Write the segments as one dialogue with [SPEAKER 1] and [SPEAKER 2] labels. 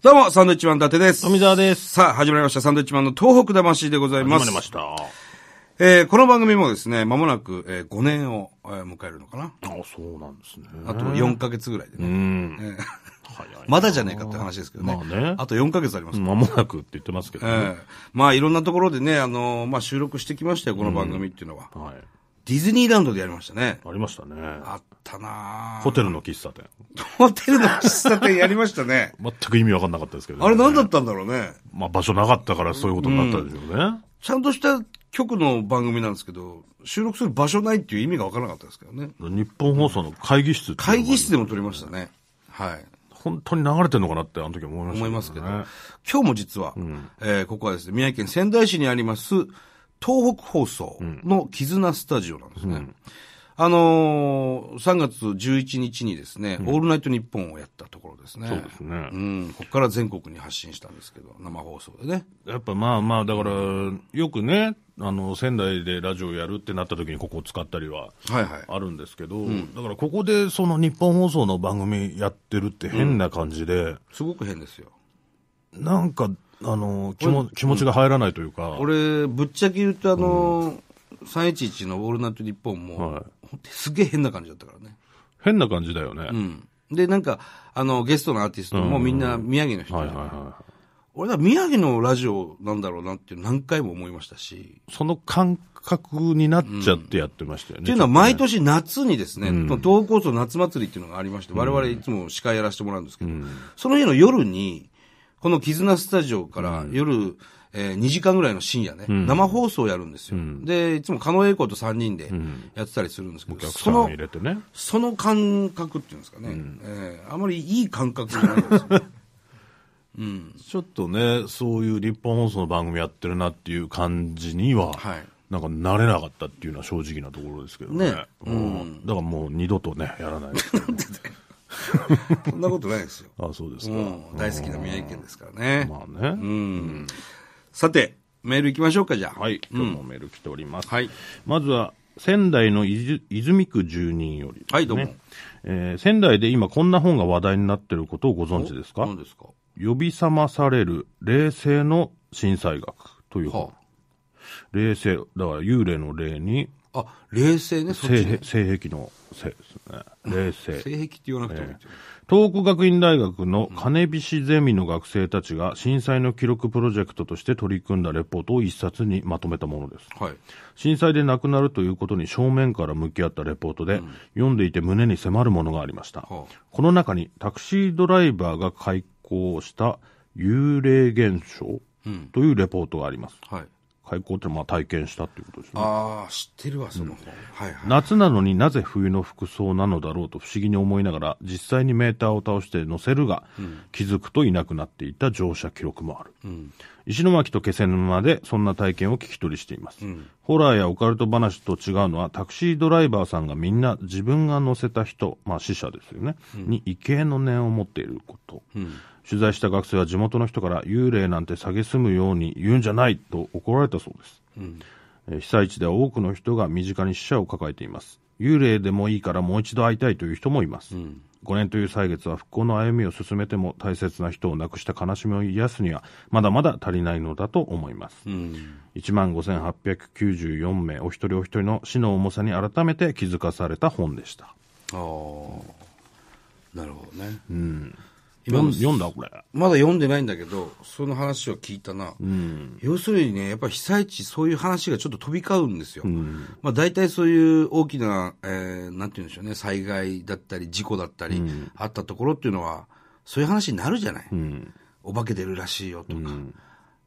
[SPEAKER 1] どうも、サンドイッチマン伊達です。
[SPEAKER 2] 富澤です。
[SPEAKER 1] さあ、始まりました。サンドイッチマンの東北魂でございます。
[SPEAKER 2] 始まりました。あ、
[SPEAKER 1] えーこの番組もですね、間もなく、え5年を、えー迎えるのかな。
[SPEAKER 2] そうなんですね。
[SPEAKER 1] あと4ヶ月ぐらいで
[SPEAKER 2] う
[SPEAKER 1] ね。
[SPEAKER 2] ん。 早い。
[SPEAKER 1] まだじゃねえかって話ですけどね。
[SPEAKER 2] まあね
[SPEAKER 1] と4ヶ月あります。
[SPEAKER 2] 間もなくって言ってますけど
[SPEAKER 1] え
[SPEAKER 2] ね。
[SPEAKER 1] ーまあ、いろんなところでね、あのーまあ、収録してきましたよ、この番組っていうのは。
[SPEAKER 2] はい。
[SPEAKER 1] ディズニーランドでやりましたね。
[SPEAKER 2] ありましたね。
[SPEAKER 1] あったなぁ
[SPEAKER 2] ホテルの喫茶店。
[SPEAKER 1] ホテルの喫茶店やりました
[SPEAKER 2] 。
[SPEAKER 1] ね
[SPEAKER 2] 全く意味わかんなかったですけどね。
[SPEAKER 1] あれ何だったんだろうね。
[SPEAKER 2] まあ場所なかったからそういうことになったでしょうね。
[SPEAKER 1] ちゃんとした局の番組なんですけど、収録する場所ないっていう意味がわからなかったですけどね。
[SPEAKER 2] 日本放送の会議室っていうのが
[SPEAKER 1] 会議室でも撮りましたね。はい。
[SPEAKER 2] 本当に流れてんのかなってあの時思いました、
[SPEAKER 1] 思いますけど。今日も実は、えーここはですね、宮城県仙台市にあります、東北放送の絆スタジオなんですね。あのー、3月11日にですね、オールナイトニッポンをやったところですね。
[SPEAKER 2] そうですね。
[SPEAKER 1] うん、ここから全国に発信したんですけど、生放送でね。
[SPEAKER 2] やっぱまあまあ、だから、よくね、あの、仙台でラジオやるってなった時にここを使ったりは
[SPEAKER 1] はいはい。
[SPEAKER 2] あるんですけど、だからここでその日本放送の番組やってるって変な感じで、
[SPEAKER 1] すごく変ですよ。
[SPEAKER 2] なんか、あの気も気持ちが入らないというか、
[SPEAKER 1] 俺、ぶっちゃけ言うと、あのー、311のオールナイトニッポンも、
[SPEAKER 2] はい
[SPEAKER 1] ほんとすげえ変な感じだったからね。
[SPEAKER 2] 変な感じだよね。
[SPEAKER 1] うん。で、なんか、あの、ゲストのアーティストもみんな宮城の人で、
[SPEAKER 2] はいはいは
[SPEAKER 1] 俺は宮城のラジオなんだろうなって何回も思いましたし、
[SPEAKER 2] い。その感覚になっちゃってやってましたよね。
[SPEAKER 1] っていうのは毎年夏にですね、東高層夏祭りっていうのがありまして、我々いつも司会やらせてもらうんですけど、その日の夜に、この絆スタジオから夜、えー2時間ぐらいの深夜ね、生放送をやるんですよ。で、いつも狩野英孝と3人でやってたりするんですけど、
[SPEAKER 2] お客
[SPEAKER 1] そ
[SPEAKER 2] さん
[SPEAKER 1] の
[SPEAKER 2] 入、れてね。
[SPEAKER 1] その感覚っていうんですかね、えーあまりいい感覚じゃないですね。
[SPEAKER 2] ちょっとね、そういう日本放送の番組やってるなっていう感じには、
[SPEAKER 1] はい
[SPEAKER 2] なんか慣れなかったっていうのは正直なところですけどね。
[SPEAKER 1] ね
[SPEAKER 2] うん、だからもう二度とね、やらないですけど。
[SPEAKER 1] そんなことないですよ。
[SPEAKER 2] あ そうです
[SPEAKER 1] う
[SPEAKER 2] か。
[SPEAKER 1] ん、大好きな宮城県ですからね。
[SPEAKER 2] まあね。
[SPEAKER 1] うん。さて、メール行きましょうか、じゃあ。
[SPEAKER 2] はい、今日もメール来ております。
[SPEAKER 1] はい。
[SPEAKER 2] まずは、仙台のいず泉区住人より、
[SPEAKER 1] はいどうも。
[SPEAKER 2] えー仙台で今こんな本が話題になってることをご存知ですか
[SPEAKER 1] 何ですか
[SPEAKER 2] 呼び覚まされる冷静の震災学という本。
[SPEAKER 1] は
[SPEAKER 2] 冷静、だから幽霊の霊に、
[SPEAKER 1] あ、あ、冷静ね、そっち
[SPEAKER 2] 性
[SPEAKER 1] ね。
[SPEAKER 2] 性癖の性ですね。冷静。
[SPEAKER 1] 性癖って言わなくてもいいって。
[SPEAKER 2] 東北学院大学の金菱ゼミの学生たちが震災の記録プロジェクトとして取り組んだレポートを一冊にまとめたものです。
[SPEAKER 1] はい。
[SPEAKER 2] 震災で亡くなるということに正面から向き合ったレポートで、読んでいて胸に迫るものがありました、
[SPEAKER 1] はあ
[SPEAKER 2] この中にタクシードライバーが開講した幽霊現象
[SPEAKER 1] うん。
[SPEAKER 2] というレポートがあります
[SPEAKER 1] はい。
[SPEAKER 2] 開講ってまあ体験したっていうことですね
[SPEAKER 1] ああ、知ってるわ、その本。はいはい。
[SPEAKER 2] 夏なのになぜ冬の服装なのだろうと不思議に思いながら実際にメーターを倒して乗せるが、気づくといなくなっていた乗車記録もある、石巻と気仙沼でそんな体験を聞き取りしています、ホラーやオカルト話と違うのはタクシードライバーさんがみんな自分が乗せた人、まあ、死者ですよね、に畏敬の念を持っていること、取材した学生は地元の人から幽霊なんて蔑むように言うんじゃないと怒られたそうです、えー被災地では多くの人が身近に死者を抱えています幽霊でもいいからもう一度会いたいという人もいます、5年という歳月は復興の歩みを進めても大切な人を亡くした悲しみを癒すにはまだまだ足りないのだと思います、
[SPEAKER 1] うん。
[SPEAKER 2] 1万5894名お一人お一人の死の重さに改めて気づかされた本でした、
[SPEAKER 1] ああ。なるほどね。
[SPEAKER 2] 読ん読んだこれ
[SPEAKER 1] まだ読んでないんだけど、その話を聞いたな。要するにね、やっぱり被災地、そういう話がちょっと飛び交うんですよ。まあ大体そういう大きな、えー、なんて言うんでしょうね、災害だったり、事故だったり、あったところっていうのは、そういう話になるじゃない。お化け出るらしいよとか。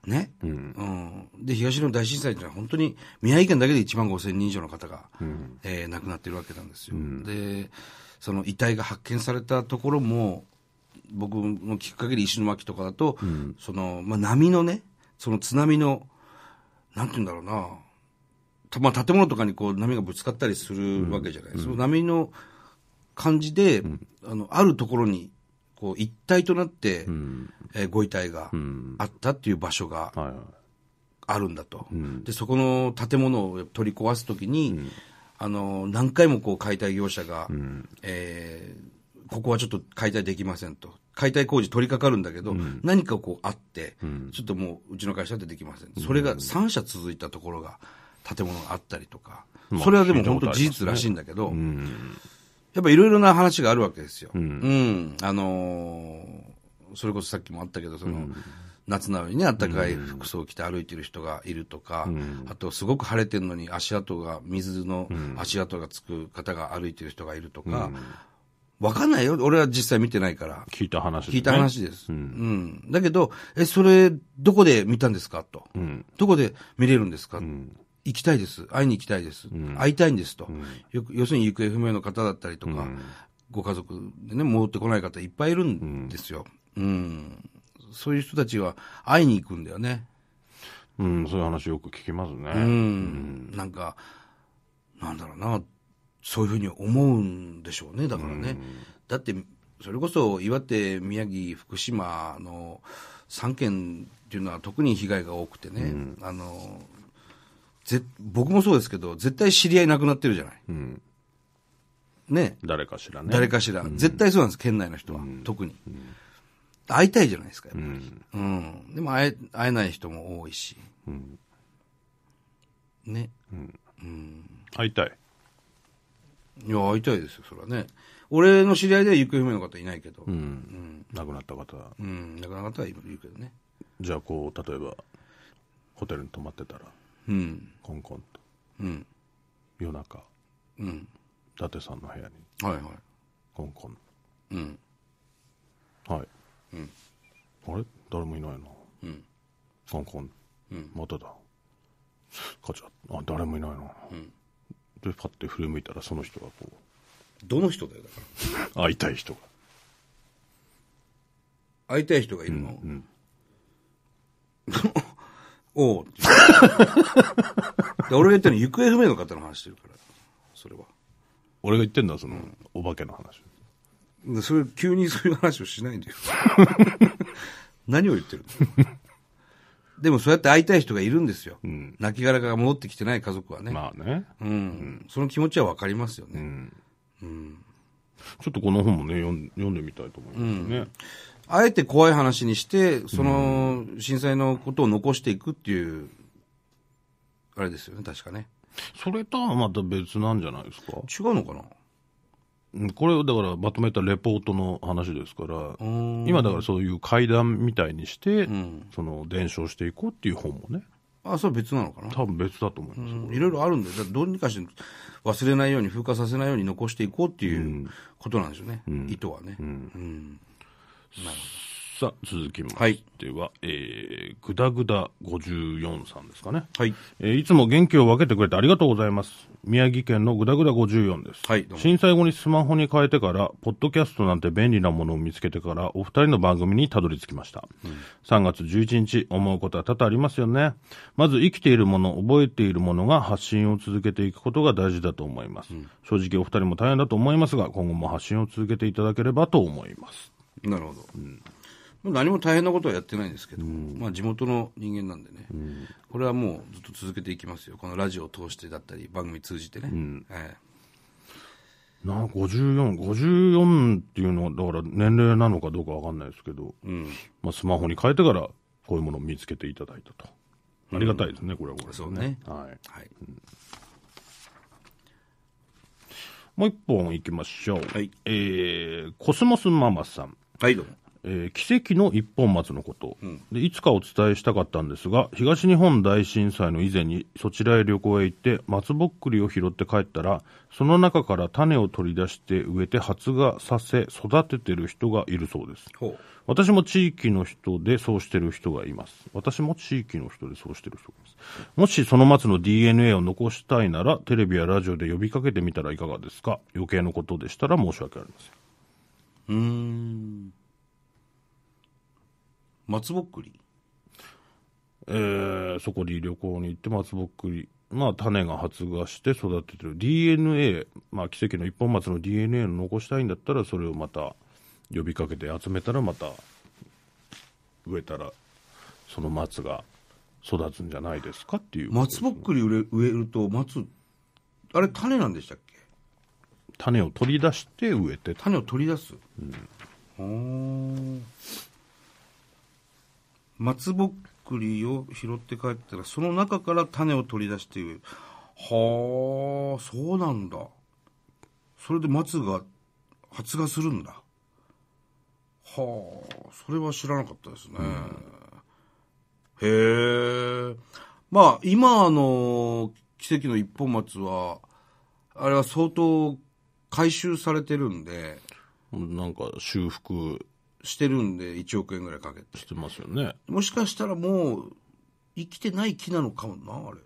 [SPEAKER 1] ね、うんで、東日本大震災というのは本当に宮城県だけで1万5千人以上の方が、えー亡くなってるわけなんですよ、で、その遺体が発見されたところも、僕の聞く限り石巻とかだと、その、まあ、波のね、その津波の、なんて言うんだろうな、たまあ、建物とかにこう波がぶつかったりするわけじゃない、その波の感じで、あの、あるところに、こう一体となって、えーご遺体があったっていう場所が
[SPEAKER 2] はいはい
[SPEAKER 1] あるんだと、でそこの建物を取り壊すときに、あの何回もこう解体業者が、えーここはちょっと解体できませんと。解体工事取り掛かるんだけど、何かこうあって、ちょっともううちの会社は出てきません。それが3社続いたところが、建物があったりとか、それはでも本当事実らしいんだけど、やっぱいろいろな話があるわけですよ。うん。あのーそれこそさっきもあったけど、その、夏なのにね、あったかい服装を着て歩いてる人がいるとか、あとすごく晴れてるのに足跡が、水の足跡がつく方が歩いてる人がいるとか、わかんないよ。俺は実際見てないから。
[SPEAKER 2] 聞いた話で、ね。
[SPEAKER 1] 聞いた話です。うん。だけど、え、それ、どこで見たんですかと。どこで見れるんですか、行きたいです。会いに行きたいです。会いたいんですと、よく要するに行方不明の方だったりとか、ご家族でね、戻ってこない方いっぱいいるんですよ。うん。そういう人たちは会いに行くんだよね。
[SPEAKER 2] うん、そういう話よく聞きますね。
[SPEAKER 1] うん。なんか、なんだろうな、そういうふうに思うんでしょうね、だからね。だって、それこそ岩手、宮城、福島の3県っていうのは特に被害が多くてね、あの、ぜ僕もそうですけど、絶対知り合いなくなってるじゃない。ね。
[SPEAKER 2] 誰かしらね。
[SPEAKER 1] 誰かしら、絶対そうなんです、県内の人は、特に。会いたいじゃないですか、やっぱり。うん。でも会え、会えない人も多いし。ね。
[SPEAKER 2] 会いたい。
[SPEAKER 1] いや、会いたいですよ、それはね。俺の知り合いでは行方不明の方いないけど、う、
[SPEAKER 2] うんん。亡くなった方。
[SPEAKER 1] 亡くなった方はいるけどね。
[SPEAKER 2] じゃあ、こう、例えば、ホテルに泊まってたら、
[SPEAKER 1] うん、
[SPEAKER 2] コンコンと、
[SPEAKER 1] うん、
[SPEAKER 2] 夜中、
[SPEAKER 1] うん。
[SPEAKER 2] 伊達さんの部屋に、
[SPEAKER 1] はいはい。
[SPEAKER 2] コンコン。
[SPEAKER 1] うん、
[SPEAKER 2] はい。あれ誰もいないな。
[SPEAKER 1] うん、
[SPEAKER 2] コンコン。まただ。カチャッ。あ、誰もいないな。で、パッて振り向いたら、その人がこう、
[SPEAKER 1] どの人だよ、だから。
[SPEAKER 2] 会いたい人が。
[SPEAKER 1] 会いたい人がいるの、 おうって で俺が言ったのは行方不明の方の話してるから、それは。
[SPEAKER 2] 俺が言ってんだ、その、お化けの話。
[SPEAKER 1] でそれ、急にそういう話をしないんだよ。何を言ってるのでもそうやって会いたい人がいるんですよ。
[SPEAKER 2] ん
[SPEAKER 1] 亡きがが戻ってきてない家族はね。
[SPEAKER 2] まあね。
[SPEAKER 1] うん、その気持ちはわかりますよね。
[SPEAKER 2] ちょっとこの本もね、読ん読んでみたいと思いますね。
[SPEAKER 1] あえて怖い話にして、その震災のことを残していくっていう、あれですよね、確かね。
[SPEAKER 2] それとはまた別なんじゃないですか。
[SPEAKER 1] 違うのかな
[SPEAKER 2] うんこれをだからまとめたレポートの話ですから、
[SPEAKER 1] ん
[SPEAKER 2] 今だからそういう階段みたいにして、
[SPEAKER 1] ん
[SPEAKER 2] その伝承していこうっていう本もね、
[SPEAKER 1] あ、それは別なのかな
[SPEAKER 2] 多分別だと思います。
[SPEAKER 1] いろいろあるんで、だからどうにかして忘れないように、風化させないように残していこうっていうことなんですよね、意図はね。うん
[SPEAKER 2] さあ、続きましては、
[SPEAKER 1] はい
[SPEAKER 2] えー、ぐだぐだ54さんですかね。
[SPEAKER 1] はい。
[SPEAKER 2] えーいつも元気を分けてくれてありがとうございます。宮城県のぐだぐだ54です。
[SPEAKER 1] はいどうも
[SPEAKER 2] 震災後にスマホに変えてから、ポッドキャストなんて便利なものを見つけてから、お二人の番組にたどり着きました。3月11日、思うことは多々ありますよね。まず生きているもの、覚えているものが発信を続けていくことが大事だと思います。正直お二人も大変だと思いますが、今後も発信を続けていただければと思います。
[SPEAKER 1] なるほど。もう何も大変なことはやってないんですけど、まあ地元の人間なんでね、これはもうずっと続けていきますよ。このラジオを通してだったり、番組通じてね。ええ
[SPEAKER 2] なあ、54、54っていうのは、だから年齢なのかどうかわかんないですけど、まあ、スマホに変えてから、こういうものを見つけていただいたと。ありがたいですね、これはこれで
[SPEAKER 1] そうね
[SPEAKER 2] はい。
[SPEAKER 1] はい。
[SPEAKER 2] もう一本行きましょう。
[SPEAKER 1] はい
[SPEAKER 2] えー、コスモスママさん。
[SPEAKER 1] はい、どうも。
[SPEAKER 2] えー奇跡の一本松のこと、で、いつかお伝えしたかったんですが、東日本大震災の以前にそちらへ旅行へ行って、松ぼっくりを拾って帰ったら、その中から種を取り出して植えて発芽させ、育ててる人がいるそうです。
[SPEAKER 1] ほ
[SPEAKER 2] 私も地域の人でそうしてる人がいます。私も地域の人でそうしてる人がいます。もしその松の DNA を残したいなら、テレビやラジオで呼びかけてみたらいかがですか余計なことでしたら申し訳ありません。
[SPEAKER 1] う。うーん。松ぼっくり
[SPEAKER 2] えーそこに旅行に行って松ぼっくり、まあ、種が発芽して育ててる DNA、まあ、奇跡の一本松の DNA を残したいんだったらそれをまた呼びかけて集めたらまた植えたらその松が育つんじゃないですかっていう
[SPEAKER 1] 松ぼっくり植え植えると松、あれ種なんでしたっけ
[SPEAKER 2] 種を取り出して植えてた
[SPEAKER 1] 種を取り出す。うん。松ぼっくりを拾って帰ったら、その中から種を取り出して植える。はあ、そうなんだ。それで松が発芽するんだ。はあ、それは知らなかったですね。へえ。まあ、今あの、奇跡の一本松は、あれは相当回収されてるんで、
[SPEAKER 2] なんか修復
[SPEAKER 1] してるんで1億円ぐらいかけて。
[SPEAKER 2] してますよね
[SPEAKER 1] もしかしたらもう、生きてない木なのかもな、あれ。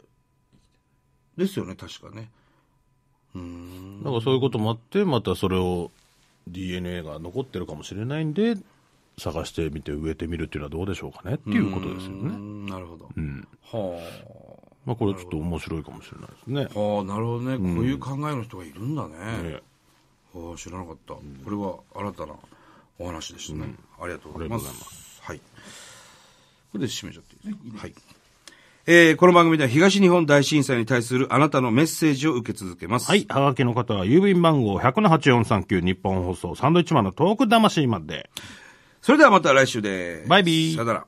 [SPEAKER 1] ですよね、確かね。うーん。
[SPEAKER 2] なんかそういうこともあってまたそれを DNA が残ってるかもしれないんで探してみて植えてみるっていうのはどうでしょうかねっていうことですよ
[SPEAKER 1] うー
[SPEAKER 2] ね、
[SPEAKER 1] んなるほど。
[SPEAKER 2] うん
[SPEAKER 1] はあ。
[SPEAKER 2] まあ、これちょっと面白いかもしれないですね
[SPEAKER 1] はあ、なるほどね、こういう考えの人がいるんだね。
[SPEAKER 2] ええ
[SPEAKER 1] はあ、知らなかった、これは新たなお話でしたね。ありがとうございます。はい。これで締めちゃっていいですか。はい。えーこの番組では東日本大震災に対するあなたのメッセージを受け続けます。
[SPEAKER 2] はい。はがきの方は、郵便番号100-8439日本放送サンドイッチマンのトーク魂まで。
[SPEAKER 1] それではまた来週です。
[SPEAKER 2] バイビー
[SPEAKER 1] さよなら。